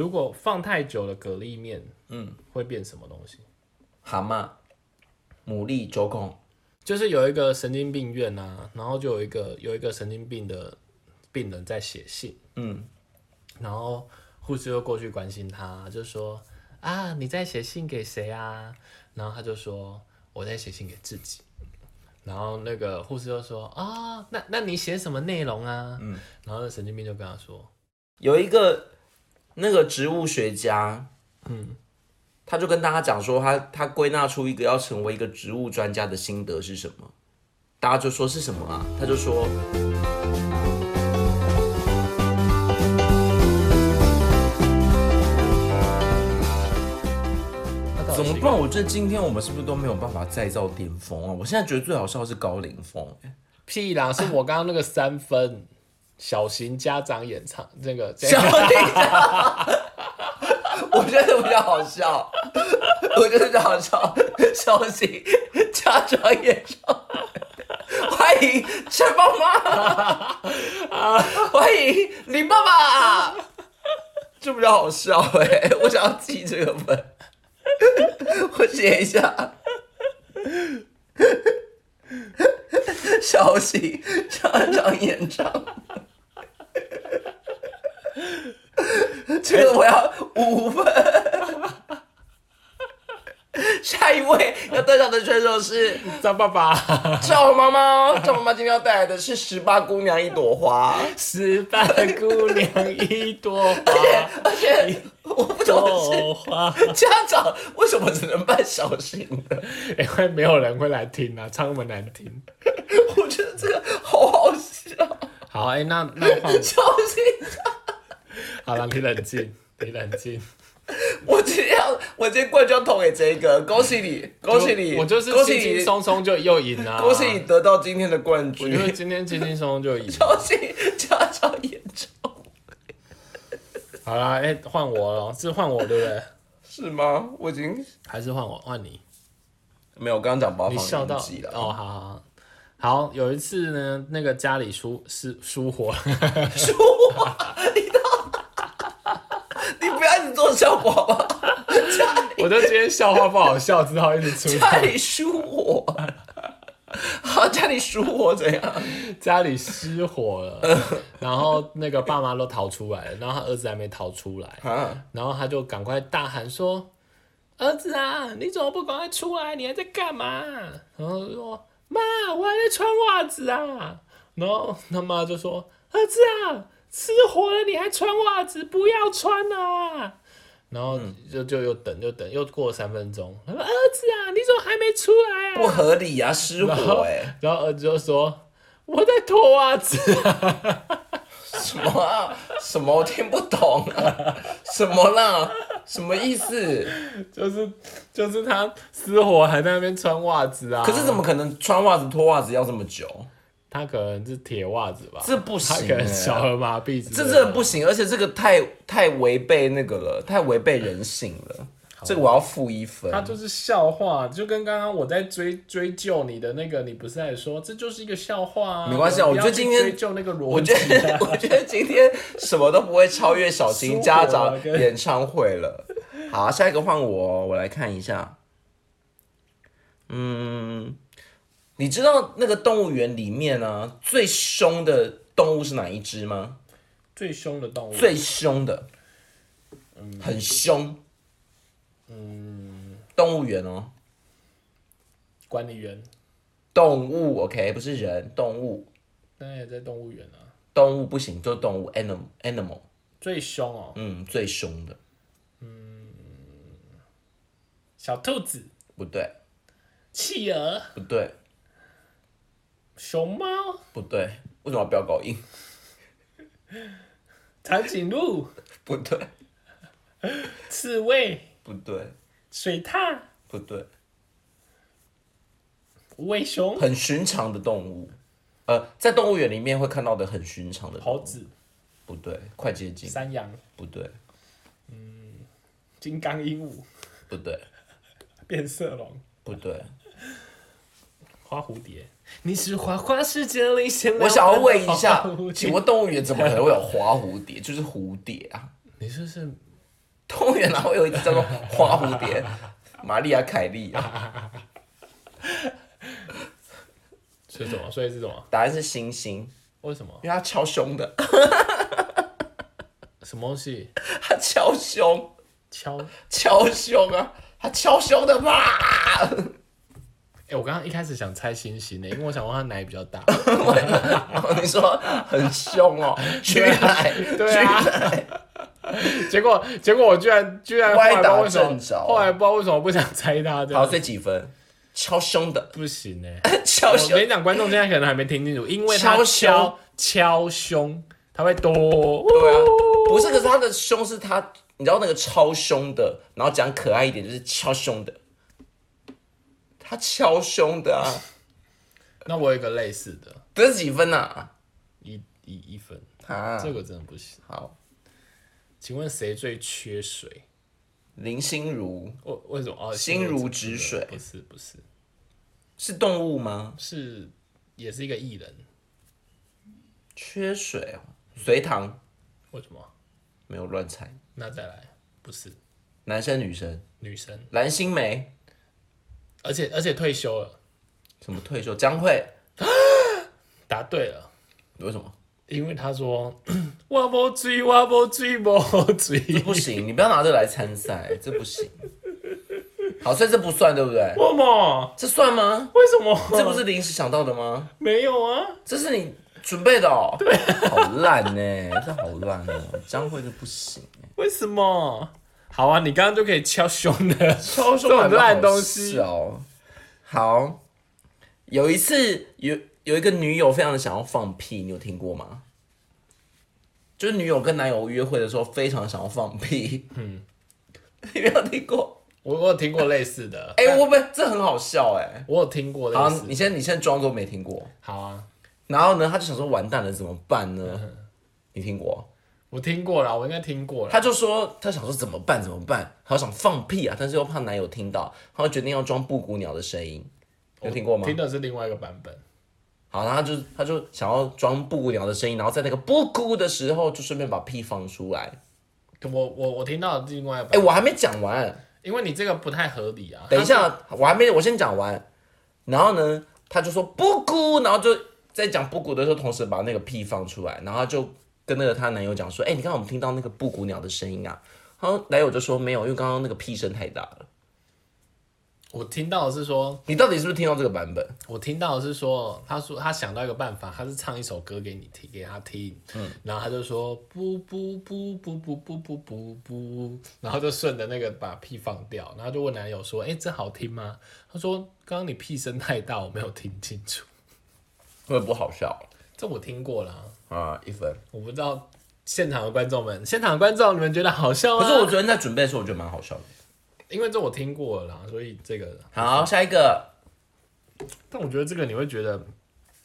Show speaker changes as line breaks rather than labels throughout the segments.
如果放太久了，蛤蜊面
嗯，
会变什么东西？
蛤蟆、牡蛎、九孔，
就是有一个神经病院啊，然后就有一个有一个神经病的病人在写信，
嗯，
然后护士就过去关心他，就说啊你在写信给谁啊？然后他就说我在写信给自己。然后那个护士就说啊、那那你写什么内容啊？嗯，然后神经病就跟他说，
有一个那个植物学家，
嗯，
他就跟大家讲说他，他归纳出一个要成为一个植物专家的心得是什么？大家就说是什么啊？他就说，
那到底
怎么
是一个
办？我觉得今天我们是不是都没有办法再造巅峰啊？我现在觉得最好笑的是高凌风、欸
屁啦，是我刚刚那个三分小型家长演唱那个这
小
个
弟，我觉得比较好笑，我觉得比较好笑，小心家长演唱会，欢迎陈妈妈，欢迎林爸爸，这比较好笑哎、我想要记这个本，我写一下。小心家长演唱会。这个我要五分。 下一位要登场的选手是
张爸爸
赵妈妈，赵妈妈今天要带来的是《十八姑娘一朵花
十八姑娘一朵花，》，
而且我不懂
朵
的
花，
是家长为什么只能办小型的，
因为哎没有人会来听啊，唱那么难听。
我觉得这个好好笑，
好，哎、那那 换我，
小型。
好了，你冷静，你冷静。
我今天要，我今天冠军要投给这个，恭喜你，恭喜你，
我就是
恭喜
轻轻
你，
松松就又赢了、
恭喜你！得到今天的冠
我
军
觉。得今天轻轻松松就赢。
恭喜家长演唱
好啦，哎、换我了，是换我对不对？
是吗？我已经
还是换我？换你？
没有，我刚刚讲八
你笑
方
到
云集了。
哦，好好好。好，有一次呢，那个家里疏失疏火，
说话，你到，你不要一直做效果好不好？家 里
我就今天笑话不好笑，只好一直出。
家里输我，好，家里输我怎样？
家里失火了，然后那个爸妈都逃出来了，然后他儿子还没逃出来，
啊，
然后他就赶快大喊说：“儿子啊，你怎么不赶快出来？你还在干嘛？”然后就说：“妈，我还在穿袜子啊。”然后他妈就说：“儿子啊，失火了，你还穿袜子？不要穿啊！”然后就就又等又等，又过了三分钟，他说：“儿子啊，你怎么还没出来啊？”
不合理啊，失
然后
火 哎、
然后儿子就说：“我在脱袜子、
什么啊？什么我听不懂啊？什么啦？什么意思？
就是就是他失火还在那边穿袜子啊。
可是怎么可能穿袜子脱袜子要这么久？
他可能是铁袜子吧？
这不行
他
欸
可能小儿麻痹之类的，
这真的不行，而且这个太太违背那个了，太违背人性了。这个我要负一分。
他就是笑话，就跟刚刚我在追追究你的那个，你不是在说这就是一个笑话啊？
没关系啊
你不要
我觉得
去
今天
追究那个
我
逻辑
觉得， 我觉得今天什么都不会超越小型家长
舒服了跟
演唱会了。好，下一个换我，我来看一下。嗯，你知道那个动物园里面呢、啊、最凶的动物是哪一只吗？
最凶的动物，
最凶的，很凶。嗯，
嗯
动物园哦，
管理员，
动物 OK，不是人，动物，
那也在动物园啊。
动物不行，就动物 animal animal，
最凶哦，
嗯，最凶的，
小兔子、
不对，
企鹅、
不对。
熊猫、
不对，为什么要飙高音？
长颈鹿、
不对，
刺猬、
不对，
水獭、
不对，
无尾熊、
很寻常的动物，呃，在动物园里面会看到的很寻常的动物
猴，子、
不对，快接近，
山羊、
不对，
金刚鹦鹉、
不对，
变色龙、
不对，
花蝴蝶。你是花花世界里限量
我想要
版的
问一下
花蝴，蝶
请问动物园怎么可能会有花蝴蝶？就是蝴蝶啊，
你是不是
动物园哪会有一只叫做花蝴蝶？玛丽亚凯莉啊、
所以什么？所以是什么？
答案是星星，
为什么？
因为它超凶的，
什么东西？
它超凶，
敲？
超凶啊，它超凶的吧？
哎、我刚刚一开始想猜星星呢、因为我想问他奶比较大。
哦 你说很凶哦，去来，
对啊
去来，
结果结果我居然居然后来不知道为什
歪打正着
么，后来不知道为什么不想猜他这
好，
样，
这几分？超凶的，
不行呢、
超
我跟
凶，
你讲，观众现在可能还没听清楚，因为他
敲胸
敲敲胸，他会多。
对啊，不是，可是它的凶是它，你知道那个超凶的，然后讲可爱一点就是超凶的，它超凶的啊，
那我有一个类似的，
得几分啊？
一一一分，
啊，
这个真的不行。
好，
请问谁最缺水？
林心如
为为什么？哦，
心如止水
不是不是
是动物吗？
是，也是一个艺人。
缺水哦，隋唐
为什么？
没有乱猜，
那再来，不是
男生女生，
女生，
蓝心湄
而且而且退休了，
什么退休，江蕙
答对了。
为什么？
因为他说 我无追，我无追，无追，
这不行，你不要拿这来参 赛，这不行。好，所以这不算，对不对？
我嘛？
这算吗？
为什么？
这不是临时想到的吗？
没有啊？
这是你准备的哦。对，好烂呢、这好烂哦、江蕙就不行、
为什么？好啊，你刚刚就可以敲胸的，
超
这种烂东西
哦。好，有一次有有一个女友非常的想要放屁，你有听过吗？就是女友跟男友约会的时候非常想要放屁，嗯，你没 有听过？
我我有听过类似的，
哎、我们这很好笑哎、
我有听过
好
类，似
你，先你先装作没听过，
好啊，
然后呢，他就想说完蛋了怎么办呢？你听过？
我听过了，我应该听过了，
他就说他想说怎么办怎么办，好想放屁啊，但是又怕男友听到，他就决定要装布谷鸟的声音，有听过吗
听？的是另外一个版本，
好，然后他就他就想要装布谷鸟的声音，然后在那个布谷的时候就顺便把屁放出来。
我我我听到的是另外一个版
哎、
本，
我还没讲完，
因为你这个不太合理啊。
等一下，我还没我先讲完。然后呢，他就说布谷，然后就在讲布谷的时候，同时把那个屁放出来，然后他就跟那个她男友讲说，哎、你看我们听到那个布谷鸟的声音啊。然后男友就说没有，因为刚刚那个屁声太大了。
我听到的是说，
你到底是不是听到这个版本？
我听到的是说，他说他想到一个办法，他是唱一首歌给你听，给他听，嗯，然后他就说不不不不不不不不不，然后就顺着那个把屁放掉，然后就问男友说，哎、这好听吗？他说刚刚你屁声太大，我没有听清楚，
会不会不好笑
这我听过啦，
啊？一分。
我不知道现场的观众们，现场的观众你们觉得好笑吗？
可是我昨天在准备的时候，我觉得蛮好笑的。
因为这我听过了啦，所以这个，
好，下一个。
但我觉得这个你会觉得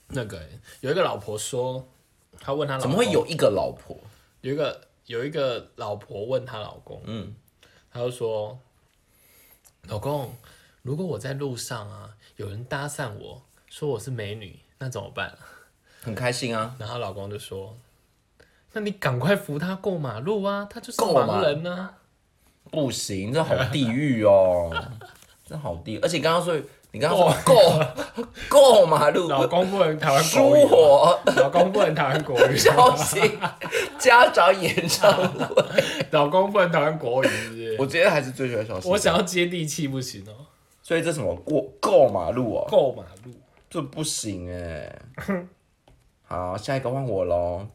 那个、欸有一个老婆说，她问她老公
怎么会有一个老婆？
有一个有一个老婆问她老公，嗯，她就说，老公，如果我在路上啊，有人搭讪我说我是美女，那怎么办？
很开心啊，
然后她老公就说，那你赶快扶她过马路啊，她就是
够吗
盲人 啊。
不行，这好地狱哦， 这好地狱。而且刚刚说，你刚刚说够够马路，
老公不能台湾国
疏
语
火
啊，老公不能台湾国 语，
消息，家长演 唱会。
老公不能台湾国语是不是
我觉得还是最喜欢小息。
我想要接地气不行哦，
所以这什么过够马路哦，
过马路。
这不 行哎。好，下一个换我喽。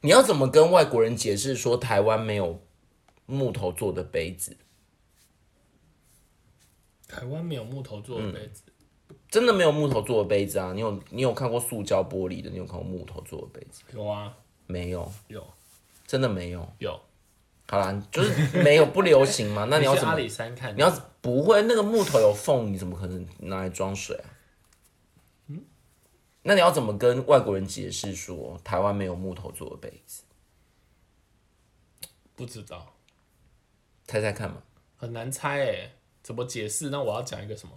你要怎么跟外国人解释说台湾没有木头做的杯子？
台湾没有木头做的杯子，
嗯真的没有木头做的杯子啊！你有你有看过塑胶玻璃的？你有看过木头做的杯子？
有啊，
没有，
有
真的没有。
有。
好啦，就是没有不流行 嘛。那你要
去
怎
阿
么？
里山看的？
你要不会那个木头有缝，你怎么可能拿来装水啊？那你要怎么跟外国人解释说台湾没有木头做的杯子？
不知道，
猜猜看嘛。
欸很难猜哎，怎么解释？那我要讲一个什么？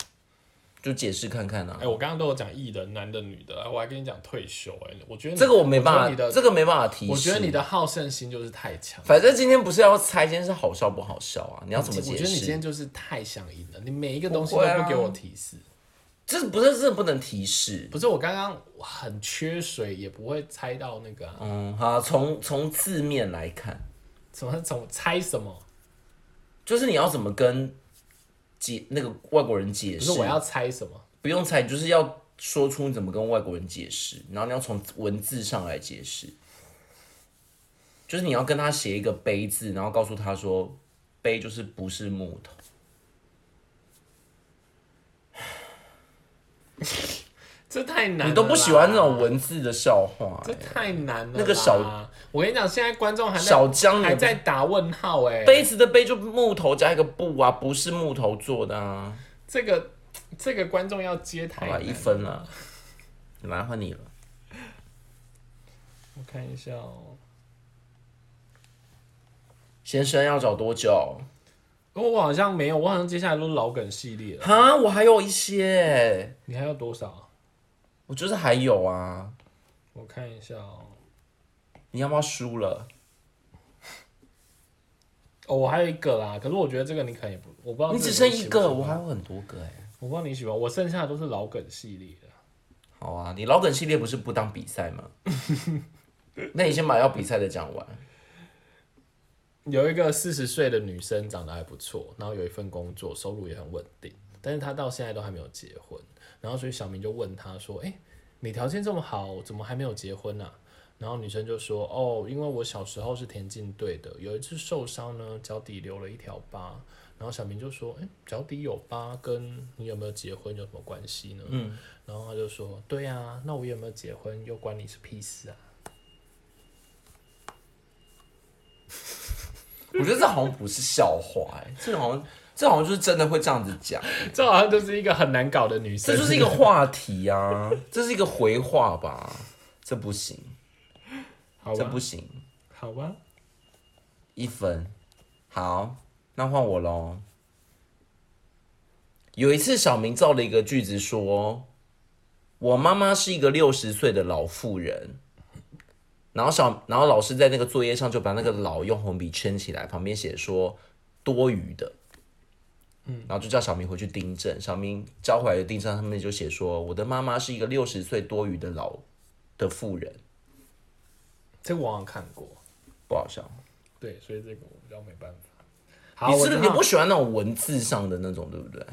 就解释看看啊
哎、。我刚刚都有讲艺人，男的女的，哎我还跟你讲退休、哎，我觉得你
这个我没
觉得
办
你
法，
的，
这个没办法提示。
我觉得你的好胜心就是太强。
反正今天不是要猜今天是好笑不好笑啊？你要怎么
我
解
觉得你今
释
天？就是太想赢了，你每一个东西
不
都
会啊
不给我提示。
这不是真的不能提示。
不是我刚刚很缺水，也不会猜到那个、啊、
嗯，好，从从字面来看，
什么什么猜什么，
就是你要怎么跟解那个外国人解
不是
释？
我要猜什么。
不用猜，就是要说出你怎么跟外国人解释，然后你要从文字上来解释，就是你要跟他写一个“杯”字，然后告诉他说“杯”就是不是木头。
这太难了啦，
你都不喜欢那种文字的笑话、
这 太难了啦。
那个小
我跟你讲，现在观众还在
欸小江
还
也不
在打问号哎、
杯子的杯就木头加一个布啊，不是木头做的啊。
这个这个观众要接
好
太
了，
难
一分了，麻烦你了。
我看一下哦，
先生要找多久？
因为我好像没有，我好像接下来都是老梗系列了。
哈，我还有一些，
你还要多少啊？
我就是还有啊。
我看一下哦。
你要不要输了？
哦，我还有一个啦，可是我觉得这个你可能也不，我不知道
你
这
只
个
剩
你
一
喜不喜
个，
欢
我还有很多个哎、
我不知道你喜欢，我剩下的都是老梗系列的。
好啊，你老梗系列不是不当比赛吗？ 那你先把要比赛的讲完。
有一个四十岁的女生，长得还不错，然后有一份工作，收入也很稳定，但是她到现在都还没有结婚。然后所以小明就问她说：“哎、你条件这么好，怎么还没有结婚呢、啊？”然后女生就说：“哦，因为我小时候是田径队的，有一次受伤呢，脚底留了一条疤。”然后小明就说：“哎、脚底有疤跟你有没有结婚有什么关系呢？”嗯，然后他就说：“对呀、啊，那我有没有结婚又关你是屁事啊？”
我觉得这好像不是笑话哎、这好像这好像就是真的会这样子讲，
这好像就是一个很难搞的女生，
这就是一个话题啊，这是一个回话吧？这不行，
好
这
吧
不，行，
好吧。
一分。好，那换我喽。有一次，小明造了一个句子说：“我妈妈是一个六十岁的老妇人。”然后小，然后老师在那个作业上就把那个“老”用红笔圈起来，旁边写说多余的。嗯，然后就叫小明回去订正。小明交回来的订正上面就写说：“我的妈妈是一个六十岁多余的老的妇人。
这个我好像看过，”
不好笑。
对，所以这个我比较没办法。好，
你
我
是不是
知
你
道
不喜欢那种文字上的那种，对不对？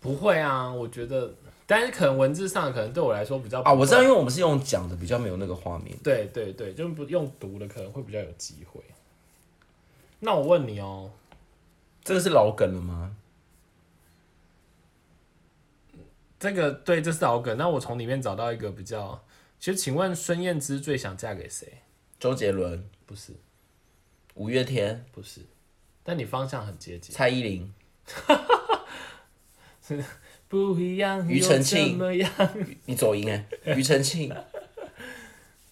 不会啊？我觉得，但是可能文字上可能对我来说比较
啊，我知道，因
用
为我们是用讲的，比较没有那个画面。
对对对，就不用读的可能会比较有机会。那我问你哦，
这个是老梗了吗？
这个对，这是老梗。那我从里面找到一个比较，其实请问孙燕姿最想嫁给谁？
周杰伦、
不是，
五月天、
不是，但你方向很接近。
蔡依林、
不一样，
庾澄庆
又怎么样？
你走 音哎、庾澄庆、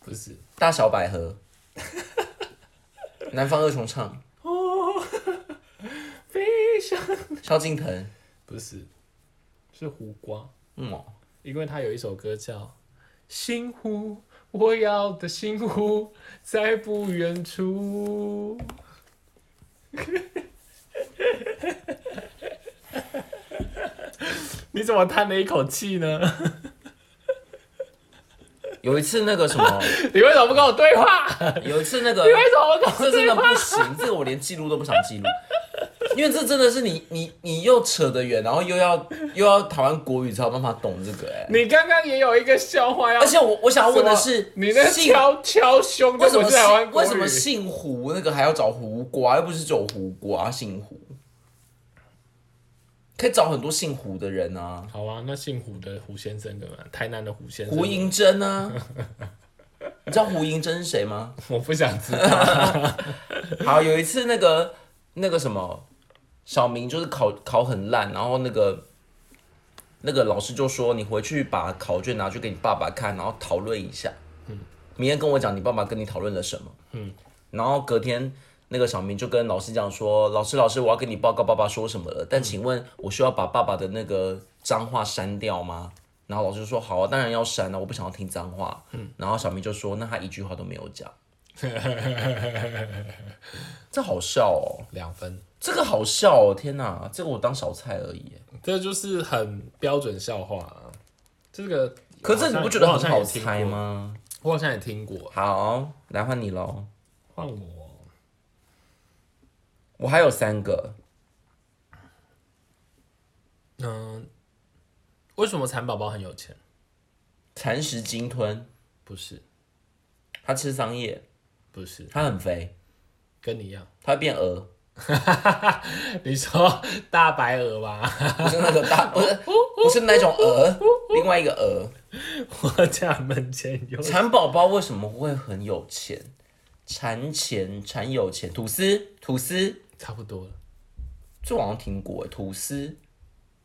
不是，
大小百合、 南方二重唱、
非常
萧敬腾，
不是，是胡瓜。
嗯哦，
因为他有一首歌叫《星湖》，我要的星湖在不远处。 你怎么叹了一口气呢？
有一次那个什 么，
你为什么不跟我对话？
有一次那个
你，为什么不跟我
这真
对
的
话？
不行，这个我连记录都不想记录。因为这真的是你你你又扯得远，然后又要又要台湾国语才有办法懂这个哎、
你刚刚也有一个笑话要
而，且我我想要问的是，
你那
幸
敲敲胸，
为什么
这不是台湾
姓
国
为
语
什么姓胡那个还要找胡瓜，又不是只有胡瓜姓胡，可以找很多姓胡的人啊，
好啊，那姓胡的胡先生干嘛？台南的胡先生，
胡银珍啊，你知道胡银珍是谁吗？
我不想知道。
好，有一次那个那个什么，小明就是考考很烂，然后那个那个老师就说你回去把考卷拿去给你爸爸看，然后讨论一下。明天跟我讲你爸爸跟你讨论了什么。然后隔天那个小明就跟老师讲说，老师老师，我要跟你报告爸爸说什么了，但请问我需要把爸爸的那个脏话删掉吗？然后老师说好啊，当然要删啊，我不想要听脏话。嗯，然后小明就说那他一句话都没有讲，这好笑哦，
两分，
这个好笑哦，天哪，这个我当小菜而已耶。
这就是很标准笑话啊。这个，
可是你不觉得很好猜
吗？
吗？
我好像也听过，
好，来换你喽，
换我，
我还有三个，
嗯，为什么蚕宝宝很有钱？
蚕食鲸吞，
不是，
它吃桑叶，
不是，
它很肥，
跟你一样。
它会变鹅，
你说大白鹅吧？
不是那个 大，不是不是那种鹅，另外一个鹅。
我家门前有
蚕宝宝为什么会很有钱？蚕钱，蚕有钱，吐司，吐司，
差不多了，
这我好像听过耶，吐司，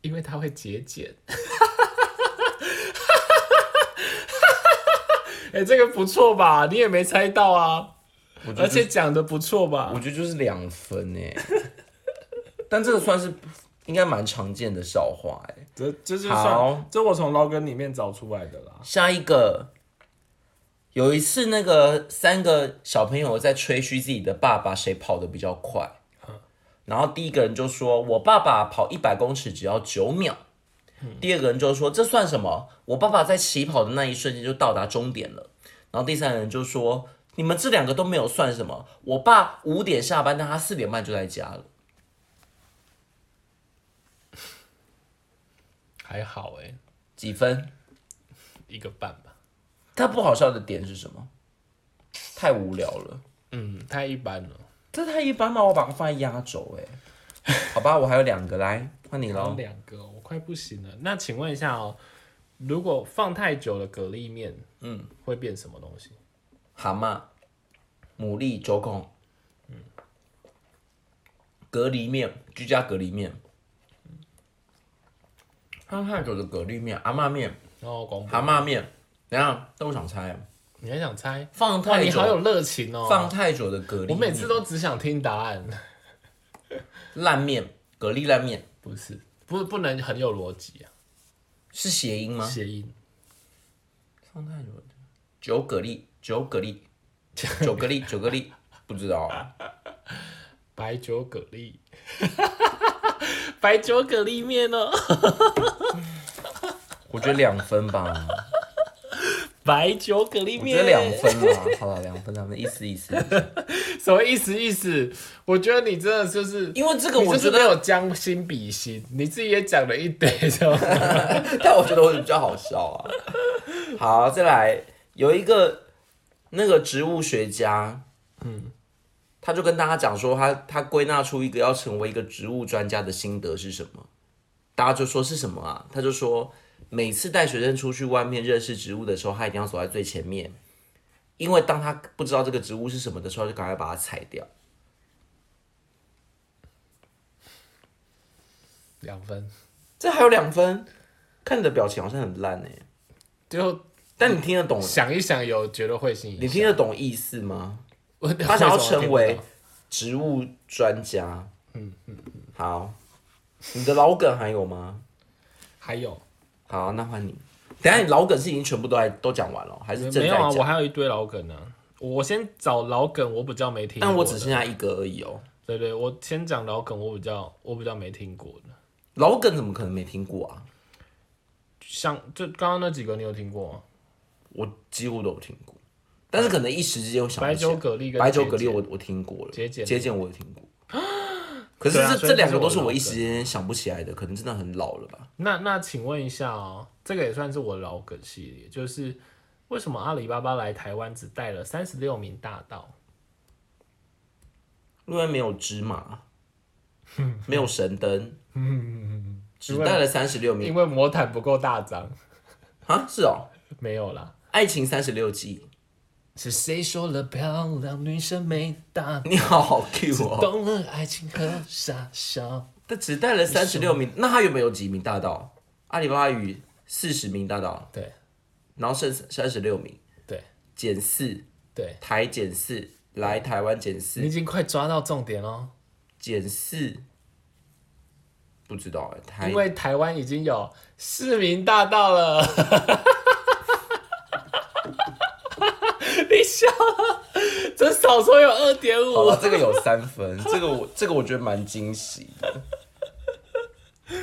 因为它会节俭。 哎、这个不错吧？你也没猜到啊，
我觉
而
得
且讲的不错吧
我？觉得就是两分 哎，但这个算是应该蛮常见的笑话哎。
这这就
好
算这我从老梗里面找出来的啦。
下一个，有一次那个三个小朋友在吹嘘自己的爸爸谁跑得比较快，然后第一个人就说：“我爸爸跑一百公尺只要九秒。”第二个人就说：“这算什么？我爸爸在起跑的那一瞬间就到达终点了。”然后第三个人就说：“你们这两个都没有算什么，我爸五点下班，但他四点半就在家了。
还好哎、”
几分？
一个半吧。
他不好笑的点是什么？太无聊了。
嗯，太一般了。
这太一般嘛，我把它放在压轴哎。 好吧，我还有两个，来换你
然后
喽。
两个哦，我快不行了。那请问一下哦，如果放太久了蛤蜊面，嗯，会变什么东西？
蛤蟆、牡蛎、周公，隔离面，居家隔离面，放太久的蛤蜊面、阿嬷面、
然后广
蛤
播，
蟆面，等一下都想猜，
你还想猜？
放
哇，
太
你
久
好有热情哦！
放太久的蛤蜊
我
面，
每次都只想听答案，
烂面，蛤蜊烂面
不是，不不能很有逻辑啊，
是谐音吗？
谐音
放太久的九蛤蜊，九蛤蜊，九蛤蜊，九蛤蜊，不知道。啊
白酒蛤蜊， 白酒蛤蜊面哦，
我觉得两分 吧，
白酒蛤蜊
我觉
面
得两分啦，好了，两分，两分，意思意思。
什么意思意思？我觉得你真的就是。
因为这个
你
我
就
觉
是没
得，
有将心比心，你自己也讲了一堆，知道吗？
但我觉得我比较好笑啊。好，再来有一个那个植物学家，嗯，他就跟大家讲说他，他归纳出一个要成为一个植物专家的心得是什么？大家就说是什么啊？他就说，每次带学生出去外面认识植物的时候，他一定要走在最前面，因为当他不知道这个植物是什么的时候，就赶快把它采掉。
两分，
这还有两分，看你的表情好像很烂哎、
就
但你听得懂，
想一想，有觉得会心一
你
笑。
听得懂意思 吗？
我
他想要成为
什么听不到
植物专家。嗯嗯，好，你的老梗还有吗？
还有
好，那换你。等一下你老梗是已经全部都在都讲完了，还是正
没
在
有啊？我
讲？
还有一堆老梗呢、我先找老梗，我比较没听过的。
但我只剩下一个而已哦。
对对，我先讲老梗，我比较我比较没听过的，
老梗怎么可能没听过啊？
像就刚刚那几个你有听过吗？
我几乎都有听过，但是可能一时之间我想不
白
起来
酒蛤蜊跟
白酒蛤
节
蜊
俭，
我我听过了，
节俭
节俭我也听 过。可是
对啊
这
所以
这两
这是
个
我
都是
老
我一
梗
时间想不起来的，可能真的很老了吧？
那那请问一下哦，这个也算是我老梗系列，就是为什么阿里巴巴来台湾只带了三十六名大盗？
因为没有 芝麻，没有神灯，
嗯
只带了三十六名
因为魔毯不够大张，
啊！是哦，
没有啦。
爱情三十六计，
是谁说了漂亮女生没大
你好好 Q 哦。
懂了爱情和傻笑。
他只带了三十六名，那他原本有几名大盗？阿里巴巴与四十名大盗，
对
然后剩三十六名，
对
减四，
对，
台减四，来台湾减
你已
四，
经快抓到重点喽。
减四，不知道哎、台
因为台湾已经有市民大道了。 你笑了，这少说有二点
好
五
了，。这个有三分，这个我这个我觉得蛮惊喜的。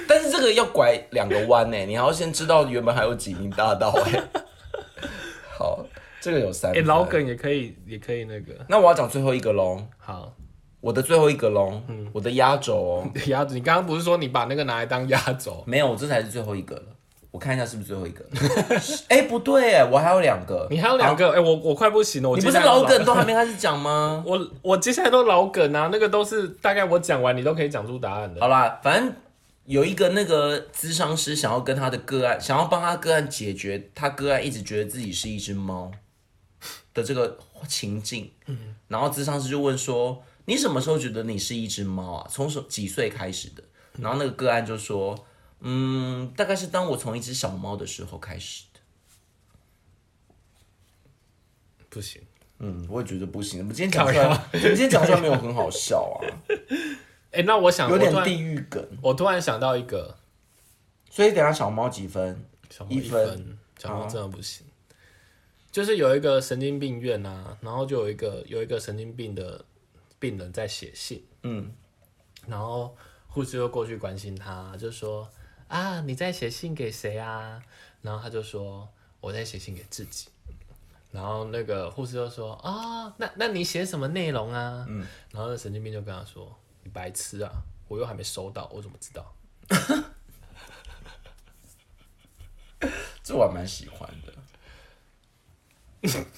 但是这个要拐两个弯呢、你还要先知道原本还有几名大道哎、好，这个有三
哎、
分。
老梗也可以，也可以那个。
那我要讲最后一个喽，
好，
我的最后一个喽，我的压轴哦，
鸭子，你刚刚不是说你把那个拿来当压轴？
没有，我这才是最后一个了。我看一下是不是最后一个？ 哎、不对、哎，我还有两个。
你还有两个，哎、我我快不行了。我
你
接
不
下
是
来都
老梗都还没开始讲吗？
我我接下来都老梗啊，那个都是大概我讲完，你都可以讲出答案的。
好啦，反正有一个那个咨商师想要跟他的个案，想要帮他个案解决他个案一直觉得自己是一只猫的这个情境，然后咨商师就问说：“你什么时候觉得你是一只猫啊？从什几岁开始的？”然后那个个案就说：“嗯，大概是当我从一只小猫的时候开始的。
不行，”
嗯，我也觉得不行。我们今天讲出来，我们今天讲出来没有很好笑啊，
哎、那我想，
有
我
点
突然
地域梗。
我突然想到一个，
所以等一下小猫几分？
小
一
猫
分
分，小猫真的不行。就是有一个神经病院啊，然后就有一个有一个神经病的病人在写信，
嗯，
然后护士就过去关心他，就说啊你在写信给谁啊？然后他就说我在写信给自己。然后那个护士就说啊，那那你写什么内容啊？嗯，然后那神经病就跟他说你白痴啊，我又还没收到，我怎么知道？
这我还蛮喜欢的。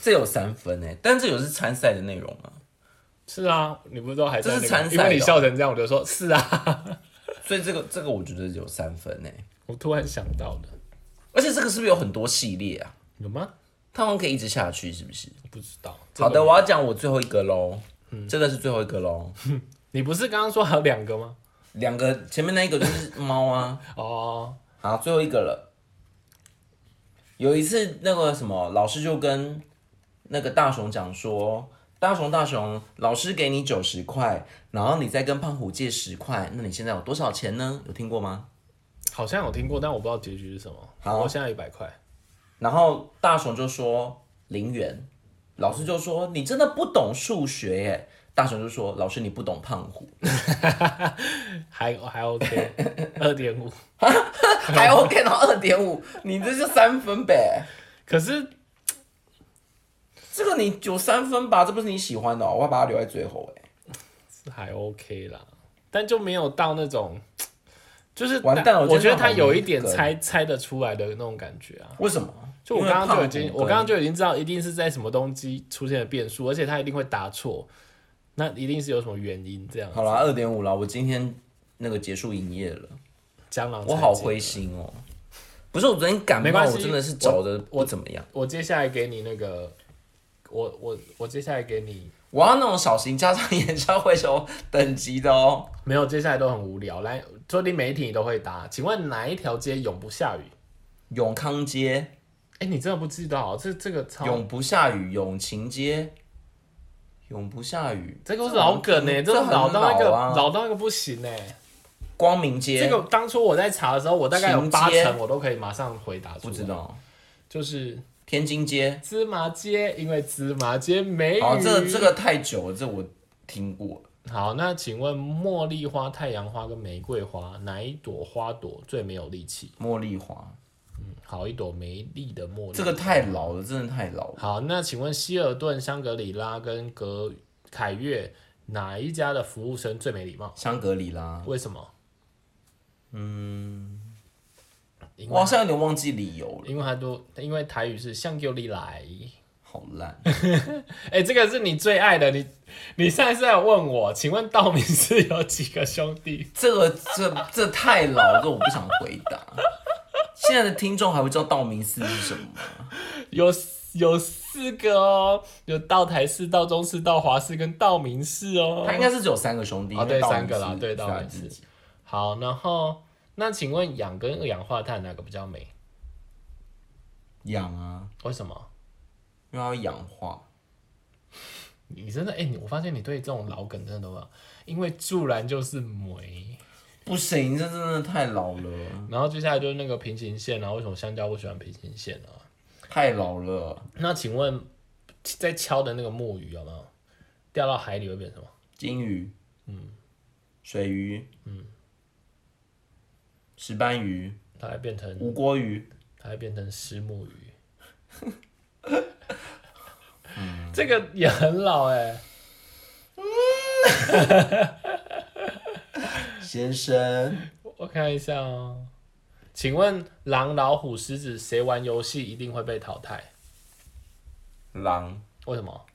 这有三分哎，但这有是参赛的内容吗？
是啊，你不是都还在、那
这
个
是参赛
因为你
哦
笑成这样，我就说是啊。
所以这个这个我觉得有三分哎，
我突然想到的，
而且这个是不是有很多系列啊？
有吗？
它好像可以一直下去，是不是？
我不知道。
好的，，我要讲我最后一个喽，这个是最后一个喽。
你不是刚刚说还有两个吗？
两个前面那一个就是猫啊，
哦，
好，最后一个了。有一次，那个什么老师就跟那个大雄讲说：“大雄，大雄，老师给你九十块，然后你再跟胖虎借十块，那你现在有多少钱呢？有听过吗
好像有听过，但我不知道结局是什么。
好
我现在一百块，？”
然后大雄就说：“零元。”老师就说：“你真的不懂数学耶。”大雄就说：“老师，你不懂胖虎，
还还 OK，二点五。
还 OK 到二点五，你这是三分呗。
可是
这个你有三分吧？这不是你喜欢的、哦，我要把它留在最后哎。
还 OK 啦，但就没有到那种，就是
完蛋了
我
我
觉
觉
得
得
他有一
好
点
梗
猜猜得出来的那种感觉啊。
为什么？
就我
因为
刚刚就已
胖
经，
虎
我
跟
刚刚就已经知道，一定是在什么东西出现了变数，而且他一定会答错，那一定是有什么原因这样。
好啦，二点五啦，我今天那个结束营业了，
江郎，
我好灰。心哦、不是我昨天感
没
冒，
关系
我真的是找的
我
不怎么样。
我接下来给你那个，我我我接下来给你，
我要那种小型加上演唱会时候等级的哦、
没有，接下来都很无聊。来，说不定每一题你都会答。请问哪一条街永不下雨？
永康街、
哎、你真的不知道？这这个超
永不下雨、永晴街、永不下雨，
这个是老梗呢、欸
这
这个
很
老到那个
老啊哎
到那个不行呢、
光明街，
这个当初我在查的时候，我大概有八
情街
成我都可以马上回答出
不
来。
知道。
就是
天津街，
芝麻街，因为芝麻街没雨。
哦，这个这个太久了，这我听过。
好，那请问茉莉花、太阳花跟玫瑰花，哪一朵花朵最没有力气？
茉莉花，
嗯好，一朵没力的茉莉。
这个太老了，真的太老了。
好，那请问希尔顿、香格里拉跟格凯悦哪一家的服务生最没礼貌？
香格里拉，
为什么？嗯，因
我
为
好像有点忘记理由了，
因为他都因为台语是香格里来。
好烂。
哎、这个是你最爱的，你你上一次有问我，请问道明寺有几个兄弟？
这个这这太老了，这我不想回答。现在的听众还会知道道明寺是什么吗？
有有四个哦，有道台寺、道中寺、道华寺跟道明寺哦
他。应该是只有三个兄弟，
哦
因为
对三个啦
明寺
对道明寺
是他自己
好，然后那请问氧跟二氧化碳哪个比较美？
氧啊，
为什么？
因为它会氧化。
你真的哎、你我发现你对这种老梗真的都没有，因为助燃就是煤。
不行，这真的太老了，
然后接下来就是那个平行线啊，为什么香蕉不喜欢平行线啊？
太老了，
那请问，在敲的那个木鱼有没有掉到海里会变什么？
金鱼，嗯，水鱼，嗯，石斑鱼，
它会变成
无锅鱼，
它会变成石木鱼。
嗯
这个也很老哎、
先生，
我看一下哦。请问狼、老虎、狮子，谁玩游戏一定会被淘汰？
狼，
为什么？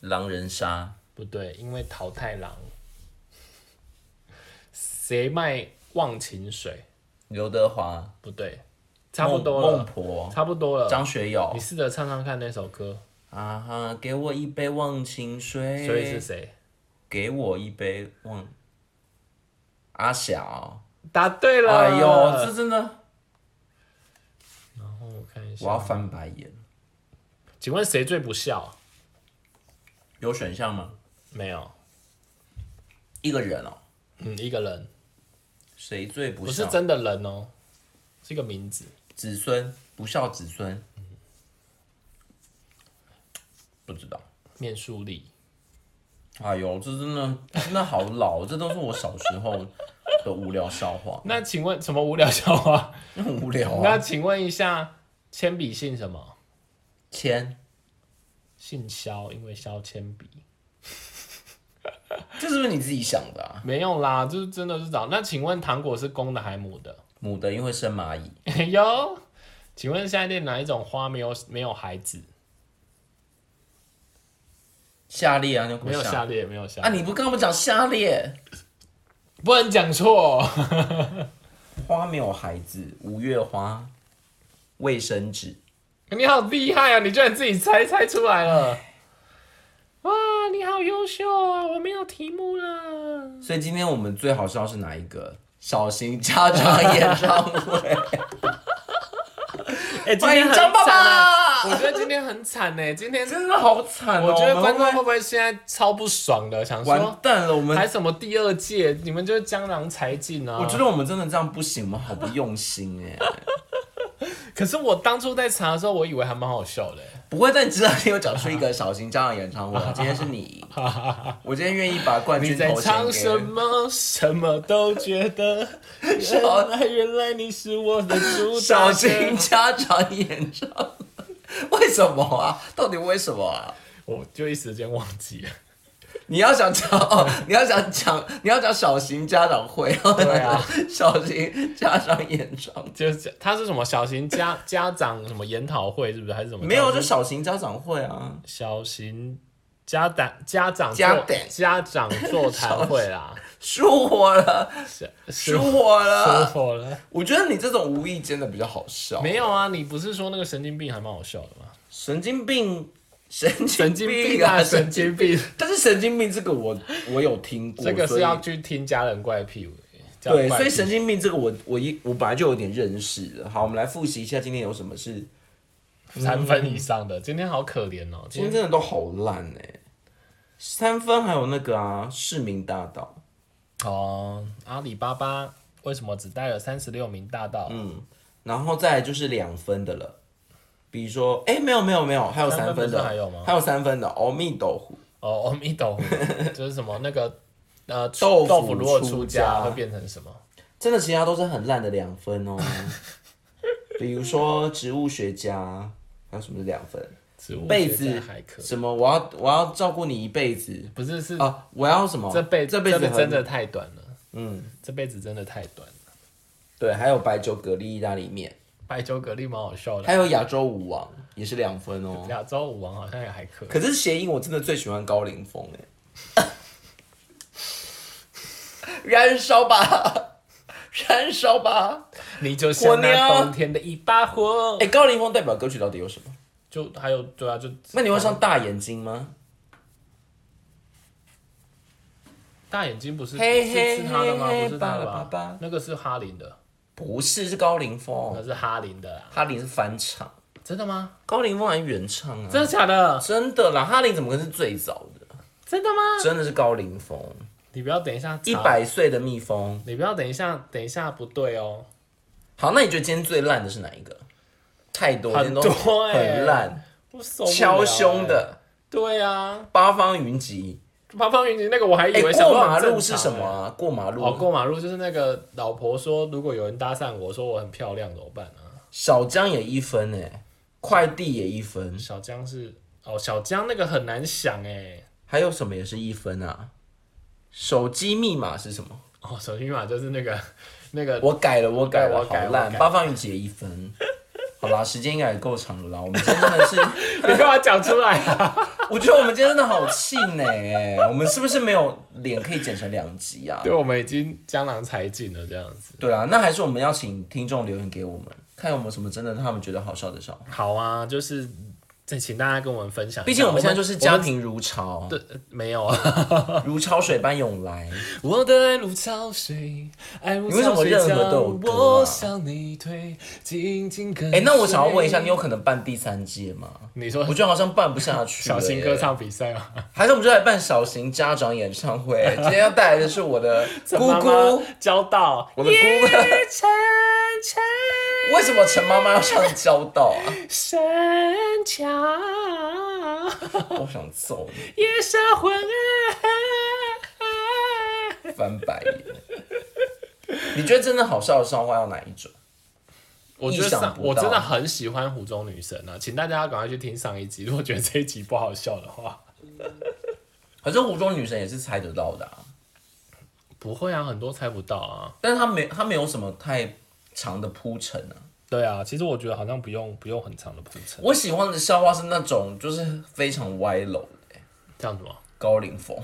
狼人杀，
不对，因为淘汰狼。谁卖忘情水？
刘德华，
不对，差不多
孟孟
了，
婆，
差不多了。
张学友
你，试着唱唱看那首歌，
啊哈，给我一杯忘情水，
所以是谁？
给我一杯忘，阿小，
答对啊了。
哎呦，这真的，
然后我看一
我
下，
要翻白眼。
请问谁最不孝？
有选项吗？
没有，
一个人哦，
嗯，一个人，
谁最不
不是
孝？
真的人哦，是一个名字，
子孙不孝子孙，不知道。
面书里。
哎呦，这真的真的好老，这都是我小时候的无聊笑话，
那请问什么无聊笑话？
那很无聊
那
啊。
请问一下，铅笔姓什么？
签，
姓肖，因为削铅笔。
这是不是你自己想的啊？
没有啦，就是真的是找。那请问糖果是公的还母的？
母的因为生蚂蚁，
哎呦，请问下一列哪一种花没有没有孩子？
下列啊，你有
没有
下
下列，没有下
啊？
列，
你不刚不讲下列？
不能讲错、 哦。
花没有孩子，五月花，卫生纸，
你好厉害啊！你居然自己猜猜出来了。哇，你好优秀啊！我没有题目了。
所以今天我们最好笑是哪一个？小型家长演唱会，
哎、今
欢
天
迎
很
张爸
惨啊！
爸
我。觉得今天很惨呢、今天
真的好惨哦！
我觉得观
们
众
会
会不会现在超不爽的，想
完
说
蛋了，我
还
们
什么第二届，你们就是江郎才尽啊！
我觉得我们真的这样不行，我们好不用 心哎、
可是我当初在查的时候，我以为还蛮好笑的、欸。
不会，但你知道你有讲出一个小型家长演唱会，今天是 你赢，我今天愿意把冠
你
军
在
头衔
唱
给
什
你。
么？什么都觉 得原来原来你是我的主
小
导
型
者。
家长演唱会，为什么啊？到底为什么啊？
我就一时间忘记了。
你要想讲哦，你要想讲，你要讲小型家长会，
对啊，
小型家长演唱会，
就是他是什么小型家家长什么研讨会是不是还是什么？
没有就小型家长会啊，
小型家长家长
家
座
长
家长座谈会啊 啦，
输我了，
是
输我
舒
了，
服了。
我觉得你这种无意间的比较好笑，
没有啊，你不是说那个神经病还蛮好笑的吗？
神经病，神
神经
经病
病
啊，
啊，
神
神经
经。
病，
但是神经病这个我我有听过，
这个
所
是
以
要去听家人怪癖。家人
对，
怪
所以
癖
神经病这个我我一我本来就有点认识了。好，我们来复习一下今天有什么事。
三分以上的，今天好可怜哦。今天
今天真的都好烂哎、三分还有那个啊，市民大道，嗯
哦，阿里巴巴为什么只带了三十六名大盗？
嗯然后再来就是两分的了。比如说，哎、没有没有没有，还有
三分
分
不是
的，
还有吗
还有三分的，哦，蜜豆腐，
哦，阿弥陀 佛，就是什么那个呃
豆腐
豆腐如果
出
出
家
家会变成什么？
真的其他都是很烂的两分 哦。比如说植物学家，还有什么是两分？
植物
辈
学
子
家还可以，
什么？我要我要照顾你一辈子
不是是
啊！我要什么？
这辈
这
这
辈子很
真的太短了，
嗯，
这辈子真的太短了。
对，还有白酒蛤蜊意大利面，
白酒蛤蜊蛮好笑的，
还有亚洲舞王也是两分哦。
亚洲舞王好像也还可以。
可是谐音我真的最喜欢高凌风哎， 燃烧吧，燃烧吧！
你就
火
像
娘
那冬天的一把火
哎、。高凌风代表歌曲到底有什么？
就还有对啊，就
那你会唱大眼睛吗？
大眼睛不是
嘿嘿
是是他的吗？
嘿嘿
不是他的
巴拉巴
吧
巴？
那个是哈林的，
不是，是高凌风
那，是哈林的啦。
哈林是翻唱，
真的吗？
高凌风还是原唱啊？
真的假的？
真的啦，哈林怎么可能是最早的？
真的吗？
真的是高凌风。
你不要等一下
一
查，
百岁的蜜蜂。
你不要等一下，等一下不对哦。
好，那你觉得今天最烂的是哪一个？太多，
很
今天都
多欸
很烂，
我受不了
敲胸
欸。
的
对啊，
八方云集。
八方云集那个我还以
哎、
为想
过
说很
马路
正
是
常
什
欸
么啊？过马路，
哦，过马路就是那个老婆说，如果有人搭讪我说我很漂亮怎么办啊？
小江也一分哎、快递也一分，
小江是哦，小江那个很难想哎。
还有什么也是一分啊？手机密码是什么？
哦，手机密码就是那个那个
我改了，我改了，
我改
好
我
烂。
改
八方云集也一分。好啦，时间应该也够长了啦。我们今天真的是，
你干嘛讲出来啊？
我觉得我们今天真的好气馁哎、我们是不是没有脸可以剪成两集啊？
对，我们已经江郎才尽了，这样子。
对啊，那还是我们要请听众留言给我们，看有没有什么真的他们觉得好笑的笑话。
好啊，就是再请大家跟我们分享一下。
毕竟我们现在就是家
我们
庭如潮，
对呃没有啊。
如潮水般涌来。
我的爱如潮水，爱如
你为什
潮
么
水
任何
将
都有歌啊
我向你推，紧紧跟。
哎、那我想要问一下，你有可能办第三届吗？
你说
我觉得好像办不下去、
小型
欸
歌，唱比赛吗？
还是我们就来办小型家长演唱会、 今天要带来的是我的
陈
姑
妈
姑，
妈教到
我的姑姑。
沉沉
为什么陈妈妈要上交道啊？
深桥，
我想揍你，
夜色昏暗。
翻白眼。你觉得真的好笑的笑话要哪一种？
我觉得
意想
上
不到
我真的很喜欢湖中女神啊，请大家赶快去听上一集。如果觉得这一集不好笑的话，
可是湖中女神也是猜得到的、啊，
不会啊，很多猜不到啊。
但是她没她没有什么太长的铺陈啊。
对啊，其实我觉得好像不用不用很长的铺陈，
我喜欢的笑话是那种就是非常歪楼的、
这样子吗？
高凌风，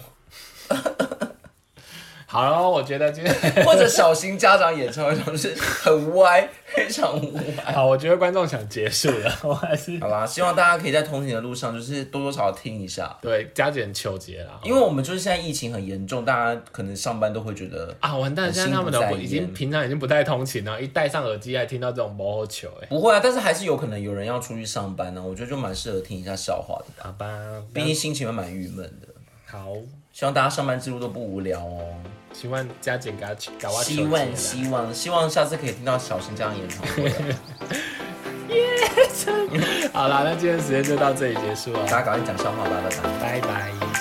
好了，我觉得今 天
或者小型家长演唱会上是很歪，非常歪。
好，我觉得观众想结束了， 我还是
好啦，希望大家可以在通勤的路上，就是多多少少听一下，
对加减求结啦。
因为我们就是现在疫情很严重，大家可能上班都会觉得
啊，完蛋！现在他们
心
的
不在
已经
焉
平常已经不戴通勤了，一戴上耳机还听到这种摩后球，哎，
不会啊，但是还是有可能有人要出去上班呢、啊我觉得就蛮适合听一下笑话的，
好吧，
毕竟心情会蛮郁闷的。
好，
希望大家上班之路都不无聊哦。
希望加减嘎嘎哇球
希
节啦
望希望希望下次可以听到小新这样演唱会啊，
好啦，那今天时间就到这里结束了，
大家赶快讲笑话吧，拜拜。
拜拜。